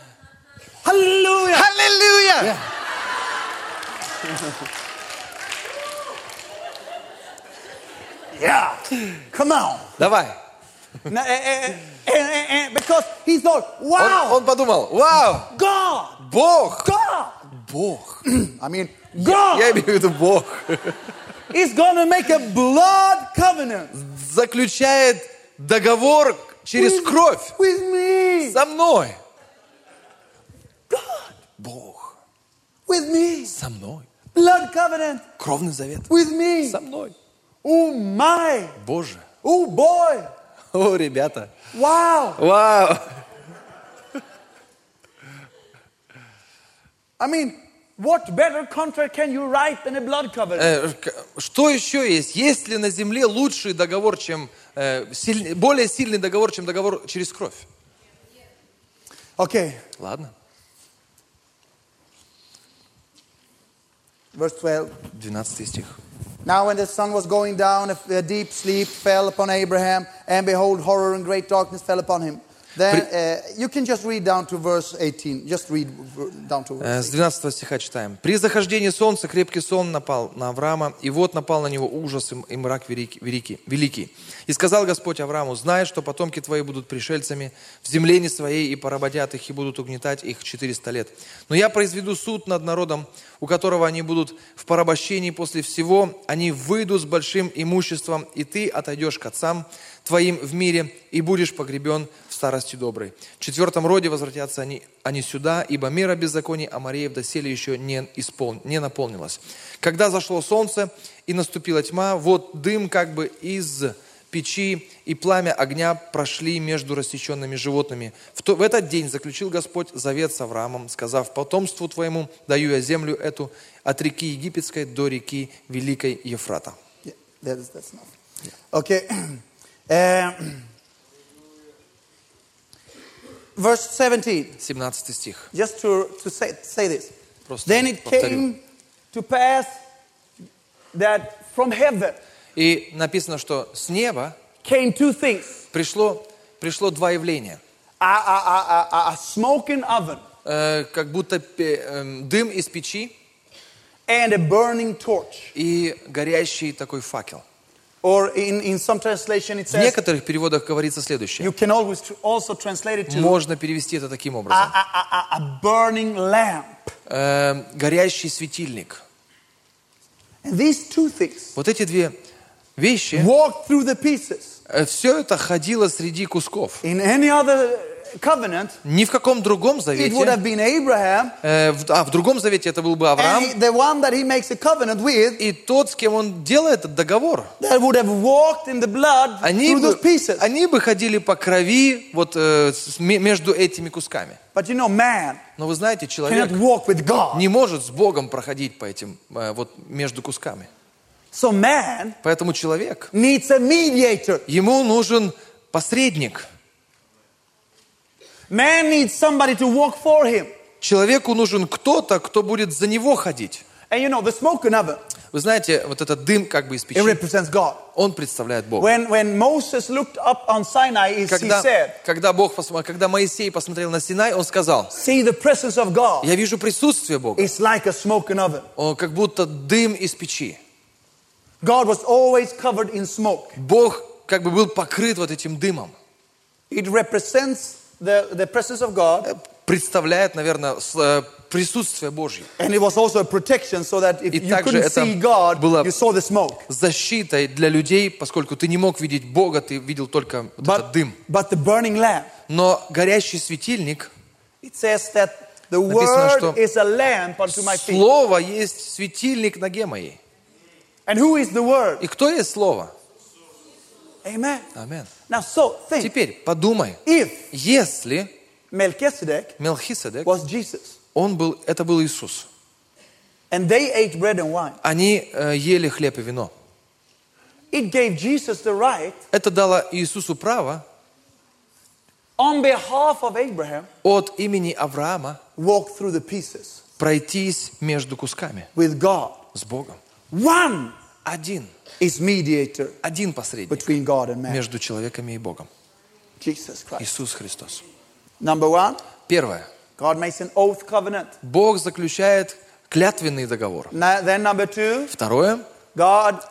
S1: Hallelujah!
S2: Аллилуйя!
S1: Yeah, come on.
S2: Давай.
S1: No, eh, eh, eh, eh, eh, because he thought,
S2: Он,
S1: wow,
S2: он подумал,
S1: oh.
S2: вау,
S1: God,
S2: Бог,
S1: God,
S2: Бог.
S1: I mean, God
S2: Я имею в виду Бог.
S1: is going to make a blood covenant
S2: Заключает договор через кровь
S1: with me,
S2: со мной.
S1: God,
S2: Бог
S1: with me,
S2: со мной.
S1: blood covenant
S2: Кровный завет
S1: with me.
S2: со мной.
S1: Oh my,
S2: Боже.
S1: oh boy,
S2: О, ребята.
S1: wow.
S2: Вау.
S1: I mean, what better contract can you write than a blood covenant?
S2: Э, к- Что еще есть? Есть ли на земле лучший договор, чем э, сильный- более сильный договор, чем договор через кровь?
S1: Uh, Okay,
S2: Ладно.
S1: verse 12.
S2: 12 стих.
S1: Now, when the sun was going down, a a deep sleep fell upon Abraham, and behold, horror and great darkness fell upon him. Then uh, you can just read down to verse 18. Just read v- down to verse.
S2: Э, С 12 стиха читаем. «При захождении солнца крепкий сон напал на Авраама, и вот напал на него ужас и м- и мрак велик- велики- великий. И сказал Господь Аврааму, знай, что потомки твои будут пришельцами в земле не своей, и порабодят их, и будут угнетать их 400 лет. Но я произведу суд над народом, у которого они будут в порабощении после всего, они выйдут с большим имуществом, и ты отойдешь к отцам твоим в мире, и будешь погребен в старости доброй. В четвертом роде возвратятся они, они сюда, ибо мера беззаконий Амареев а доселе еще не, исполн- не наполнилась. Когда зашло солнце и наступила тьма, вот дым как бы из печи и пламя огня прошли между рассеченными животными. В, то- в этот день заключил Господь завет с Авраамом, сказав, потомству твоему даю я землю эту от реки Египетской до реки Великой Ефрата.
S1: Yeah, that is, that's enough. Okay. Um, verse 17.
S2: 17 стих.
S1: Just to, to say, say this.
S2: Просто
S1: Then it
S2: повторю.
S1: came to pass that from heaven
S2: И написано, что с неба
S1: came two things
S2: пришло, пришло два явления.
S1: a, a, a, a, a smoking oven
S2: Э, как будто пе- эм, дым из печи
S1: and a burning torch.
S2: и горящий такой факел.
S1: Or in, in some translation, it
S2: В
S1: says,
S2: некоторых переводах говорится следующее.
S1: you can always tr- also translate it to
S2: Можно перевести это таким
S1: a, a,
S2: образом.
S1: a, a- a burning lamp.
S2: Э, горящий светильник.
S1: And these two things
S2: Вот эти две вещи,
S1: walked through the pieces.
S2: все это ходило среди кусков.
S1: In any other covenant,
S2: Ни в каком другом
S1: it would
S2: завете,
S1: have been Abraham.
S2: э, в- а в другом завете это был бы Авраам,
S1: And the one that he makes a covenant with
S2: и тот, с кем он делает этот договор,
S1: that would have walked in the blood
S2: они
S1: through
S2: бы,
S1: those pieces.
S2: они бы ходили по крови вот, э, с- ме- между этими кусками.
S1: But you know, man
S2: Но вы знаете, человек
S1: cannot walk with God.
S2: не может с Богом проходить по этим, э, вот между кусками.
S1: So man
S2: Поэтому человек,
S1: needs a mediator.
S2: ему нужен посредник.
S1: Man needs somebody to walk for him.
S2: Человеку нужен кто-то, кто будет за него ходить.
S1: And you know, the smoking oven,
S2: Вы знаете, вот этот дым как бы из
S1: it
S2: печи,
S1: represents God.
S2: он представляет Бога.
S1: When, when Moses looked up on Sinai, he he
S2: Когда,
S1: said,
S2: когда, Бог посмотрел, когда Моисей посмотрел на Синай, он сказал,
S1: See, the presence of God
S2: я вижу присутствие Бога,
S1: is like a smoking oven.
S2: О, как будто дым из печи.
S1: God was always covered in smoke.
S2: Бог как бы был покрыт вот этим дымом.
S1: It represents the, the presence of God,
S2: Э, Представляет, наверное, с- э, присутствие Божье.
S1: and it was also a protection so that if
S2: И
S1: you
S2: также
S1: couldn't
S2: это
S1: see God,
S2: было-
S1: you saw the smoke.
S2: Защитой для людей, поскольку ты не мог видеть Бога, ты видел только вот этот
S1: But,
S2: дым.
S1: but the burning lamp,
S2: Но горящий светильник,
S1: it says that the
S2: Написано, что
S1: word is a lamp unto my feet.
S2: слово есть светильник ноге моей.
S1: And who is the word?
S2: И кто есть слово?
S1: Amen.
S2: Амин.
S1: Now, so think
S2: Теперь подумай,
S1: if
S2: если
S1: Melchizedek
S2: Мелхиседек,
S1: was Jesus
S2: он был, это был Иисус,
S1: and they ate bread and wine,
S2: они э, ели хлеб и вино.
S1: it gave Jesus the right
S2: Это дало Иисусу право
S1: on behalf of Abraham
S2: от имени Авраама
S1: walk through the pieces
S2: пройтись между кусками
S1: with God.
S2: с Богом.
S1: One
S2: Один,
S1: is mediator
S2: один посредник
S1: between God and man,
S2: между человеками и Богом.
S1: Jesus Christ.
S2: Иисус Христос.
S1: Number one,
S2: Первое.
S1: God makes an oath covenant.
S2: Бог заключает клятвенный договор.
S1: Na- Then number two,
S2: Второе.
S1: А God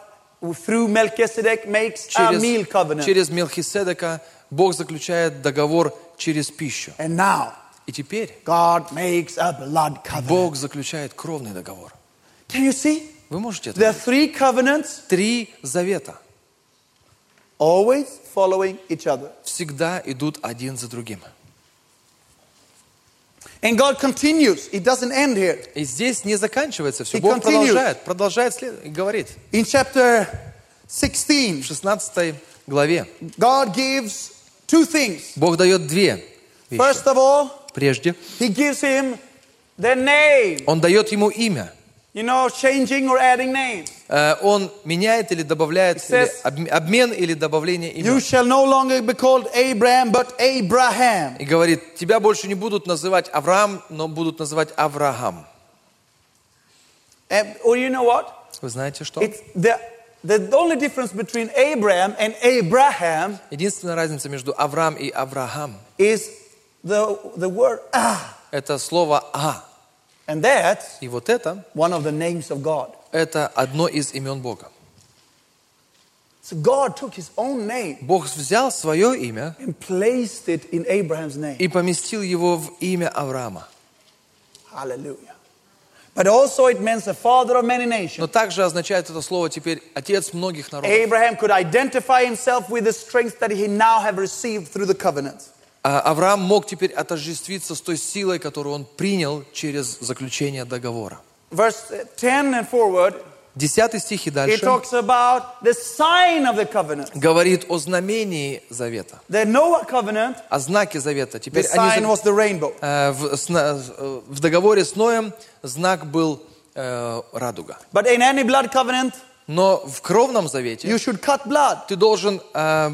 S1: through Melchizedek makes a meal
S2: Через,
S1: covenant.
S2: через Мелхиседека Бог заключает договор через пищу.
S1: And now
S2: И теперь
S1: God makes a blood covenant.
S2: Бог заключает кровный договор.
S1: Can you see?
S2: Вы можете это?
S1: The three covenants
S2: Три завета
S1: always following each other.
S2: всегда идут один за другим.
S1: And God continues. It doesn't end here.
S2: И здесь не заканчивается все.
S1: It
S2: Бог
S1: continues.
S2: продолжает, продолжает след- и говорит.
S1: In chapter
S2: В
S1: 16,
S2: 16 главе
S1: God gives two things.
S2: Бог дает две вещи.
S1: First of all,
S2: Прежде
S1: He gives him the name.
S2: Он дает ему имя.
S1: You know, changing or adding names.
S2: Э, Он меняет или добавляет
S1: It says-
S2: или обм- обмен или добавление
S1: You
S2: имени.
S1: shall no longer be called Abraham, but Abraham.
S2: И говорит, тебя больше не будут называть Авраам, но будут называть Авраам.
S1: And, or you know what?
S2: Вы знаете что?
S1: It's the, the only difference between Abraham and Abraham
S2: Единственная разница между Авраам и Авраам
S1: is the, the word ah.
S2: – это слово «а».
S1: And that's
S2: И вот это
S1: one of the names of God.
S2: – это одно из имен Бога.
S1: So God took his own name
S2: Бог взял свое имя
S1: and placed it in Abraham's name.
S2: и поместил его в имя Авраама.
S1: Hallelujah. But also it means the father of many
S2: Но
S1: nations.
S2: также означает это слово теперь «отец многих народов».
S1: Abraham could identify himself with the strength that he now have received through the covenant.
S2: А Авраам мог теперь отождествиться с той силой, которую он принял через заключение договора.
S1: Verse uh, 10 and forward,
S2: Десятый стих и
S1: it
S2: дальше
S1: talks about the sign of the covenant.
S2: говорит о знамении завета,
S1: The Noah covenant,
S2: о знаке А завета.
S1: the
S2: Теперь они
S1: sign
S2: за-
S1: was the rainbow.
S2: э, в, с- на- э, в договоре с Ноем знак был э, радуга.
S1: But in any blood covenant,
S2: Но в кровном завете
S1: You should cut blood.
S2: ты должен э,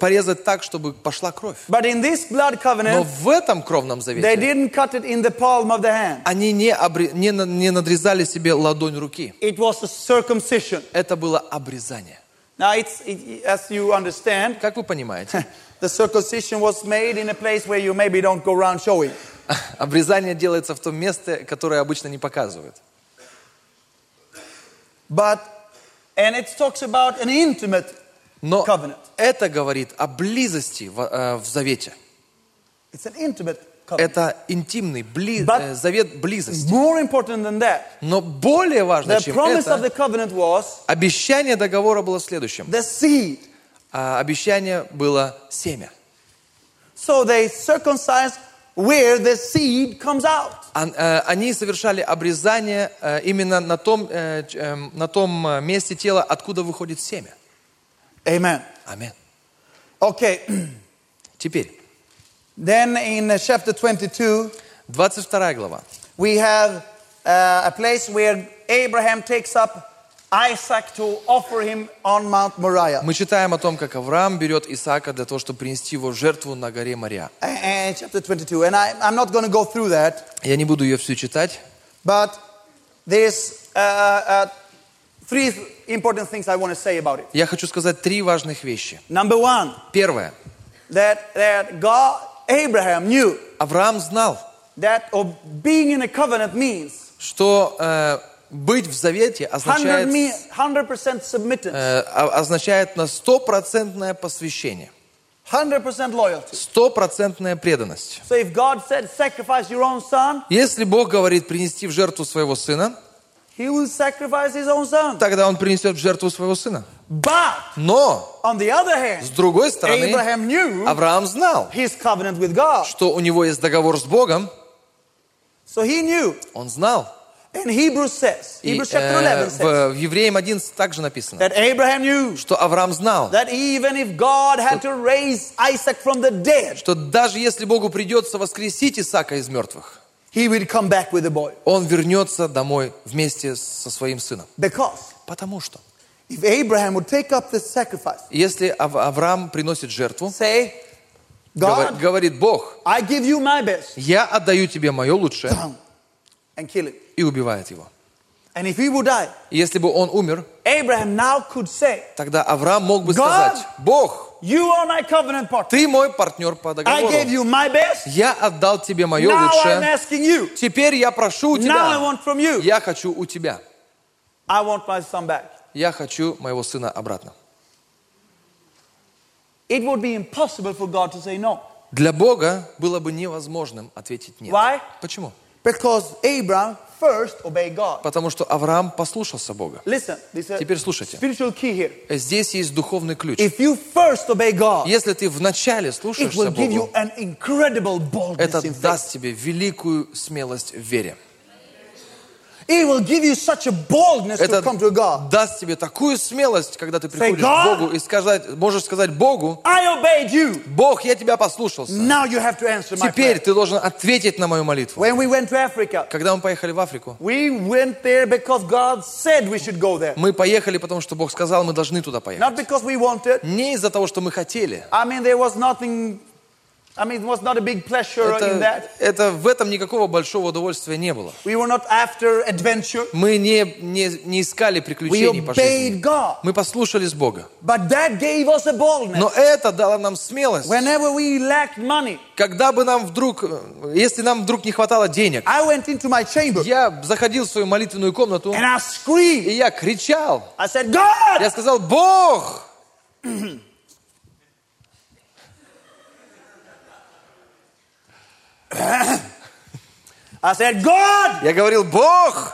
S2: порезать так, чтобы пошла кровь.
S1: But in this blood
S2: Но
S1: covenant,
S2: в этом кровном
S1: they
S2: завете
S1: didn't cut it in the palm of the hand.
S2: они не, обре- не, на- не надрезали себе ладонь руки.
S1: It was a circumcision.
S2: Это было обрезание.
S1: Now, it's, it, as you understand,
S2: Как вы понимаете,
S1: the circumcision was made in a place where you maybe don't go around showing.
S2: обрезание делается в том месте, которое обычно не показывают.
S1: But, and it talks about an intimate
S2: Но
S1: covenant.
S2: это говорит о близости в, э, в завете.
S1: It's an intimate covenant.
S2: Э, Это интимный бли-
S1: But-
S2: э, завет близости.
S1: More important than that,
S2: Но более важно,
S1: the
S2: чем
S1: promise of
S2: это,
S1: the covenant was
S2: обещание договора было следующим.
S1: the seed.
S2: А обещание было семя.
S1: So they circumcised where the seed comes out.
S2: Ан- э, Они совершали обрезание э, именно на том, э, ч- эм, на том э, месте тела, откуда выходит семя.
S1: Amen.
S2: Аминь.
S1: Okay,
S2: Теперь,
S1: then in uh, chapter 22,
S2: 22 глава.
S1: we have uh, a place where Abraham takes up Isaac to offer him on Mount Moriah.
S2: Мы читаем о том, как Авраам берет Исаака для того, чтобы принести его в жертву на горе Мария.
S1: And- And chapter 22, and I, I'm not going to go through that,
S2: Я не буду ее всю читать,
S1: but there's uh, uh, three important things I want to say about it.
S2: Я хочу сказать три важных вещи.
S1: Number one,
S2: Первое.
S1: that, that God, Abraham knew
S2: Авраам знал,
S1: that of being in a covenant means
S2: что э, быть в завете
S1: 100
S2: означает,
S1: me- 100%
S2: э,
S1: submittance,
S2: о- означает на стопроцентное посвящение,
S1: 100% loyalty.
S2: стопроцентная преданность.
S1: So if God said, sacrifice your own son,
S2: Если Бог говорит принести в жертву своего сына,
S1: he will sacrifice his own son.
S2: тогда он принесет в жертву своего сына.
S1: But
S2: Но,
S1: on the other
S2: с
S1: hand,
S2: другой стороны,
S1: Abraham knew
S2: Авраам знал,
S1: his covenant with God.
S2: что у него есть договор с Богом,
S1: So he knew.
S2: он знал.
S1: And Hebrews says,
S2: И,
S1: Hebrews chapter
S2: э,
S1: 11 says,
S2: в, в Евреям 11 также написано,
S1: that Abraham knew
S2: что Авраам знал,
S1: that even if God had to raise Isaac from the dead,
S2: что даже если Богу придется воскресить Исаака из мертвых,
S1: he would come back with the boy.
S2: он вернется домой вместе со своим сыном.
S1: Because
S2: Потому что
S1: if Abraham would take up the sacrifice,
S2: если Ав- Авраам приносит жертву,
S1: say,
S2: гова-
S1: God,
S2: говорит Бог,
S1: I give you my best,
S2: я отдаю тебе мое лучшее,
S1: and kill him.
S2: и убивает его.
S1: And if he would die,
S2: И Если бы он умер,
S1: Abraham now could say,
S2: тогда Авраам мог бы
S1: God-
S2: сказать, Бог,
S1: You are my covenant partner.
S2: ты мой партнер по
S1: I gave
S2: договору.
S1: you my best.
S2: Я отдал тебе мое
S1: Now I'm
S2: лучшее.
S1: asking you.
S2: Теперь я прошу у
S1: Now I
S2: тебя.
S1: want from you.
S2: Я хочу у тебя.
S1: I want my son back.
S2: Я хочу моего сына обратно.
S1: It would be impossible for God to say no.
S2: Для Бога было бы невозможным ответить нет.
S1: Why?
S2: Почему?
S1: Because Abraham first obeyed God.
S2: Потому что Авраам послушался Бога.
S1: Listen, this is a
S2: Теперь слушайте.
S1: spiritual key here.
S2: Здесь есть духовный ключ.
S1: If you first obey God,
S2: Если ты вначале
S1: it will
S2: слушаешься
S1: give you
S2: Богу,
S1: an incredible
S2: это
S1: boldness in faith.
S2: даст тебе великую смелость в вере.
S1: It will give you such a boldness to
S2: Это
S1: come to God.
S2: даст тебе такую смелость, когда ты приходишь
S1: God.
S2: к Богу и сказать, можешь сказать Богу,
S1: I obeyed you.
S2: Бог, я тебя послушался.
S1: Now you have to answer my
S2: Теперь
S1: prayer.
S2: ты должен ответить на мою молитву.
S1: When we went to Africa,
S2: Когда мы поехали в Африку,
S1: we went there because God said we should go there.
S2: мы поехали, потому что Бог сказал, мы должны туда поехать.
S1: Not because we wanted.
S2: Не из-за того, что мы хотели.
S1: I mean, there was nothing, I mean, it was not a big pleasure in
S2: Это,
S1: that.
S2: это- в этом никакого большого удовольствия не было.
S1: We were not after adventure.
S2: Мы не, не, не искали
S1: We
S2: приключений по жизни.
S1: obeyed God.
S2: Мы послушались Бога.
S1: But that gave us a boldness.
S2: Но это дало нам смелость.
S1: Whenever we lacked money,
S2: Когда бы нам вдруг, э, если нам вдруг не хватало денег,
S1: I went into my chamber
S2: я заходил в свою молитвенную комнату,
S1: and I
S2: и
S1: screamed.
S2: я кричал.
S1: I said, God,
S2: Я сказал, Бог,
S1: I said, God,
S2: я говорил, Бог,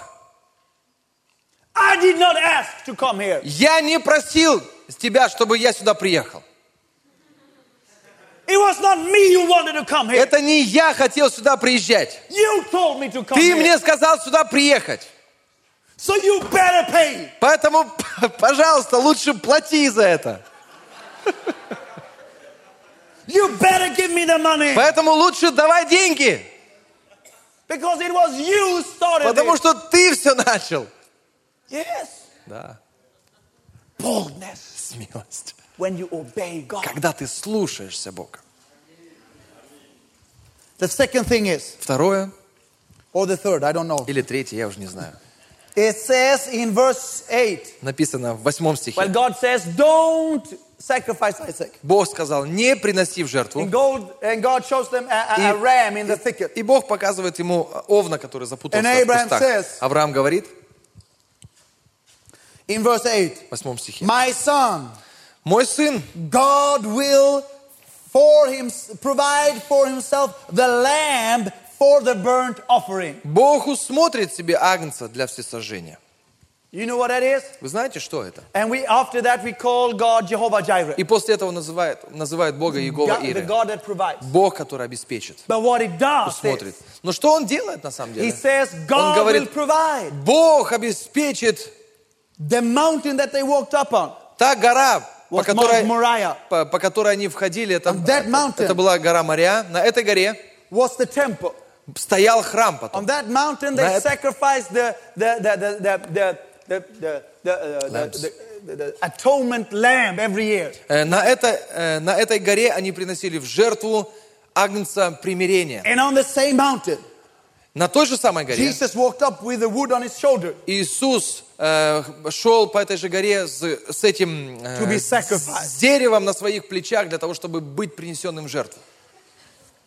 S1: I did not ask to come here.
S2: я не просил с тебя, чтобы я сюда приехал.
S1: It was not me you wanted to come here.
S2: Это не я хотел сюда приезжать.
S1: You told me to come
S2: Ты
S1: here.
S2: мне сказал сюда приехать.
S1: So you better pay.
S2: Поэтому, пожалуйста, лучше плати за это.
S1: You better give me the money.
S2: Поэтому лучше давай деньги.
S1: Because it was you started
S2: Потому
S1: it.
S2: что ты все начал.
S1: Yes.
S2: Да.
S1: boldness
S2: Смелость.
S1: when you obey God.
S2: Когда ты слушаешься Бога.
S1: The second thing is,
S2: Второе
S1: or the third, I don't know.
S2: или третье, я уже не знаю.
S1: It says in verse 8,
S2: Написано в восьмом
S1: well,
S2: стихе.
S1: God says, don't sacrifice Isaac.
S2: Бог сказал, не приноси в жертву.
S1: And, gold, and God shows them a, a, a
S2: И-
S1: ram in the thicket.
S2: И Бог показывает ему э, овна, который запутался
S1: And
S2: в кустах.
S1: Abraham says-
S2: Авраам говорит
S1: In verse 8,
S2: в восьмом стихе.
S1: my son,
S2: Мой сын,
S1: God will for him, provide for himself the lamb for the burnt offering.
S2: Бог усмотрит себе агнца для всесожжения.
S1: You know what that is?
S2: Вы знаете, что это?
S1: And we after that we call God Jehovah Jireh,
S2: И после этого называют, называют Бога Иегова
S1: God, the
S2: Ире.
S1: God that provides.
S2: Бог, который обеспечит,
S1: But what it does,
S2: усмотрит.
S1: is,
S2: Но что он делает на самом
S1: He
S2: деле?
S1: says God will
S2: говорит,
S1: provide
S2: Бог обеспечит
S1: the mountain that they walked up on
S2: та гора, по
S1: was Mount
S2: которой,
S1: Moriah,
S2: по, по которой они входили. Это,
S1: On that mountain.
S2: это была гора Моря. На этой горе
S1: was the temple.
S2: стоял храм потом.
S1: On that mountain they
S2: That-
S1: sacrificed the the the the the the the the, uh, the, the,
S2: Lambs.
S1: the, the, the atonement lamb every year.
S2: Э, На, это, э, на этой горе они приносили в жертву Агнца примирения.
S1: And on the same mountain,
S2: На той же самой горе
S1: Jesus walked up with the wood on his shoulder.
S2: Иисус э, шел по этой же горе с, с этим э,
S1: To be sacrificed.
S2: с деревом на своих плечах для того, чтобы быть принесенным в жертву.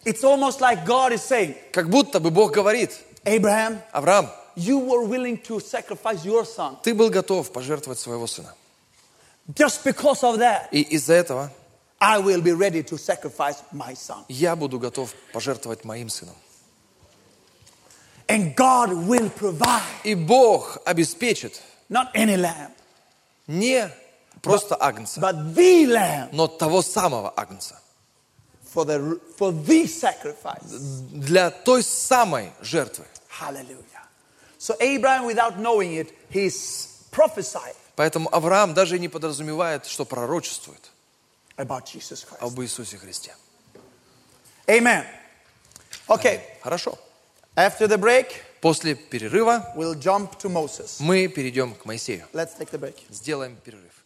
S1: It's almost like God is saying,
S2: Как будто бы Бог говорит,
S1: Abraham,
S2: Авраам,
S1: you were willing to sacrifice your son.
S2: ты был готов пожертвовать своего сына.
S1: Just because of that,
S2: И из-за этого
S1: I will be ready to sacrifice my son.
S2: я буду готов пожертвовать моим сыном.
S1: And God will provide,
S2: И Бог обеспечит
S1: not any lamb,
S2: не просто Агнца,
S1: but the lamb
S2: но того самого Агнца.
S1: for the, for the sacrifice.
S2: Для той самой жертвы.
S1: Hallelujah. So Abraham, without knowing it, he's prophesied
S2: Поэтому Авраам даже и не подразумевает, что пророчествует
S1: about Jesus Christ.
S2: об Иисусе Христе.
S1: Amen. Okay,
S2: Хорошо.
S1: after the break,
S2: После перерыва
S1: we'll jump to Moses.
S2: мы перейдем к Моисею.
S1: Let's take the break.
S2: Сделаем перерыв.